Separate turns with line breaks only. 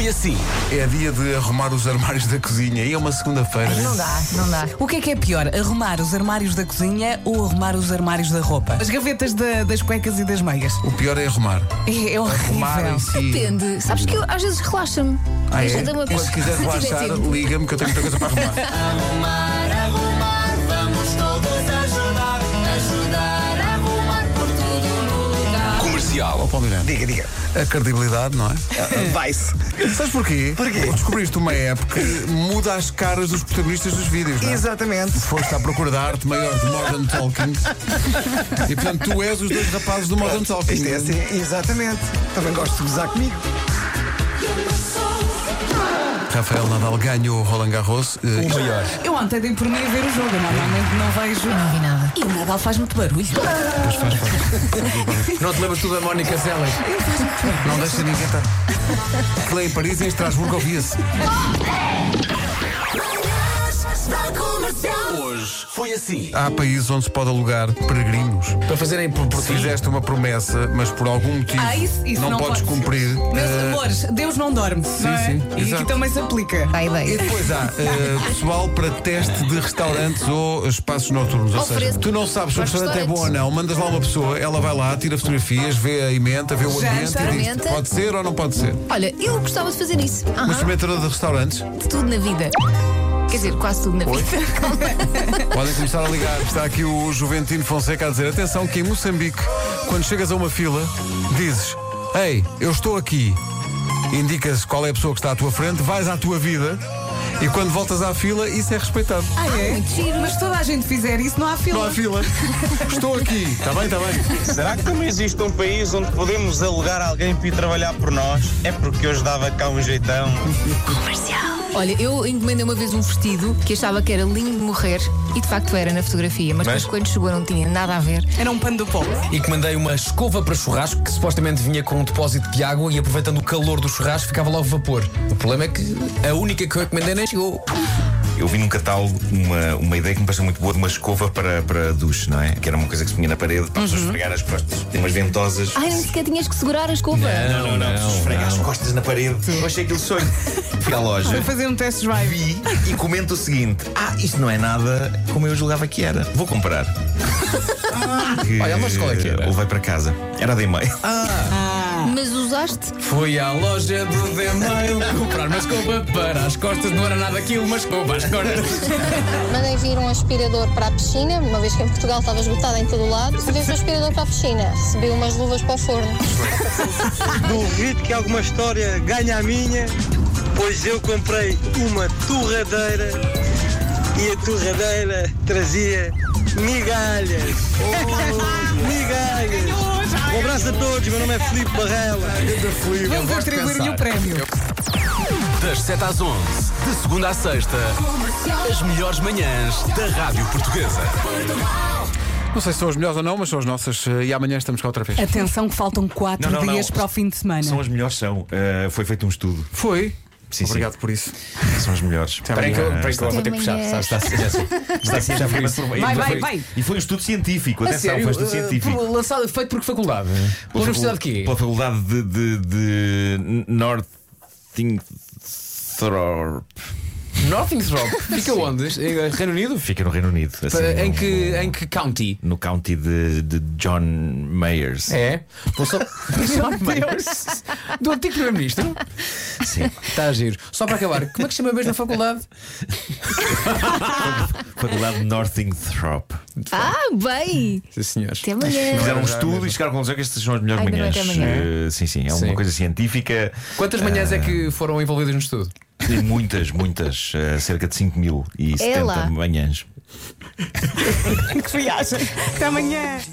E assim, é dia de arrumar os armários da cozinha e é uma segunda-feira.
Não dá, não dá.
O que é que é pior, arrumar os armários da cozinha ou arrumar os armários da roupa? As gavetas da- das cuecas e das meias.
O pior é arrumar.
É, é
Arrumar em
horrível.
si.
Depende. Sabes que eu às vezes relaxa-me.
Ah, é?
Ajuda-me a-
Quando quiser
Se tiver
relaxar,
tempo.
liga-me que eu tenho muita coisa para arrumar.
Arrumar, arrumar, vamos todos ajudar. Ajudar a arrumar por todo o lugar.
Ó,
Comercial.
Paulo Miranda,
Diga, diga.
a credibilidade, não é?
Ah,
Vai-se.
Sabes porquê?
Porquê?
Descobriste uma app que muda as caras dos protagonistas dos vídeos, não é?
Exatamente.
Foste à procura da arte maior de Modern Talking e, portanto, tu és os dois rapazes do Modern Talking.
Isto é assim, exatamente. Também gosto de gozar comigo.
Rafael Nadal ganhou o Roland Garros. eh, isto-
maior.
Eu ontem dei por mim a ver o jogo, eu normalmente não vejo. Não vi nada. E o Nadal faz muito barulho.
Não te lembras tu da Mónica Seles? Não deixa ninguém estar. Que lá em Paris e em Estrasburgo ouvia-se.
Manhãs da comercial.
Há países onde se pode alugar peregrinos.
Para fazerem por, por
Se fizeste uma promessa, mas por algum motivo
Ah, isso, isso não,
podes
pode-
cumprir.
Meus
eh,
amores, Deus não dorme. não é?
sim,
E
exato.
aqui também se aplica.
Vai,
E
vai.
depois há eh, pessoal para teste de restaurantes ou espaços noturnos. Ou seja,
Oferece-
tu não sabes se o
Para
restaurante é bom ou não, mandas lá uma pessoa, ela vai lá, tira fotografias, vê a emenda, vê o
Janta.
ambiente e diz
Experimenta.
pode ser ou não pode ser.
Olha, eu gostava de fazer isso.
Uma
Aham.
experimentadora de restaurantes
De tudo na vida. Quer dizer, quase tudo na vida.
podem começar a ligar. Está aqui o Juventino Fonseca a dizer: atenção, que em Moçambique, quando chegas a uma fila, dizes: Ei, eu estou aqui. Indicas qual é a pessoa que está à tua frente, vais à tua vida e quando voltas à fila, isso é respeitado.
Ah, é?
muito giro.
Mas se toda a gente fizer isso, não há fila.
Não há fila. Estou aqui. Está bem, está bem.
Será que também existe um país onde podemos alugar alguém para ir trabalhar por nós? É porque hoje dava cá um jeitão.
Olha, eu encomendei uma vez um vestido que achava que era lindo de morrer e de facto era na fotografia, mas,
Mas?
depois quando chegou não tinha nada a ver.
Era um pano do pó.
E que mandei uma escova para churrasco que supostamente vinha com um depósito de água e aproveitando o calor do churrasco ficava logo vapor. O problema é que a única que eu encomendei nem chegou.
Eu vi num catálogo uma, uma ideia que me pareceu muito boa de uma escova para, para duche, não é? Que era uma coisa que se punha na parede para pessoas esfregar as costas. Tem umas ventosas.
Ai, nem sequer tinhas que segurar a escova.
não, não, pessoas esfregar as costas na parede. Eu achei aquilo sonho. Fui à
Para
loja.
fazer um test drive.
Vi e comento o seguinte: Ah, isto não é nada como eu julgava que era. Vou comprar. Que
Olha, mas qual é que era? Ah,
O vai para casa. Era de e-mail.
Mas usaste?
Fui à loja do Demail comprar uma escova para as costas. Não era nada aquilo, mas escova às costas.
Mandei vir um aspirador para a piscina, uma vez que em Portugal estava esgotado em todo o lado. Recebi um aspirador para a piscina, recebi umas luvas para o forno.
Duvido que alguma história ganhe a minha, pois eu comprei uma torradeira e a torradeira trazia migalhas. migalhas. Um abraço a todos, meu nome é Filipe Barrela.
Vou atribuir-lhe o prémio.
Das 7 às 11, de segunda à sexta, as melhores manhãs da Rádio Portuguesa. Não sei se são as melhores ou não, mas são as nossas eh, e amanhã estamos cá outra vez.
Atenção que faltam quatro
Não, não,
dias
não.
para o fim de semana.
São as melhores, são. Ah, foi feito um estudo.
Foi.
Sim,
Obrigado por isso.
São as melhores.
Espera aí que eu- espera aí que eu vou
Até
ter que puxar.
amanhã.
Sabes, está a ser essa. Está a ser já foi isso.
Vai,
Já
vai,
foi-
vai.
E foi um estudo científico,
A
atenção,
sério,
foi um estudo
eh,
científico.
por- lançado, feito por que faculdade? Pela Universidade de quê?
Pela faculdade de, de, de Northingthorpe.
Northingthrop. Fica onde? Em Reino Unido?
Fica no Reino Unido. assim,
Pa- em,
num-
que, em que county?
No county de, de John Mayers.
É? Vou só. Meu Deus! Do antigo Primeiro-Ministro?
Sim.
Está a Tá giro. Só para acabar, como é que se chama mesmo a faculdade?
Faculdade de Northingthrop.
Ah, bem!
Sim, senhores.
Até
É
amanhã.
Fizeram um estudo e chegaram à conclusão que estas são as melhores
Ai, ainda bem
manhãs.
que é amanhã.
Eh, sim, sim, é
Sim.
uma coisa científica.
Quantas manhãs é
Eh,
que foram envolvidas no estudo?
Tem muitas, muitas. eh, cerca de 5 mil e
É lá.
70 manhãs.
Que viagem. Até amanhã.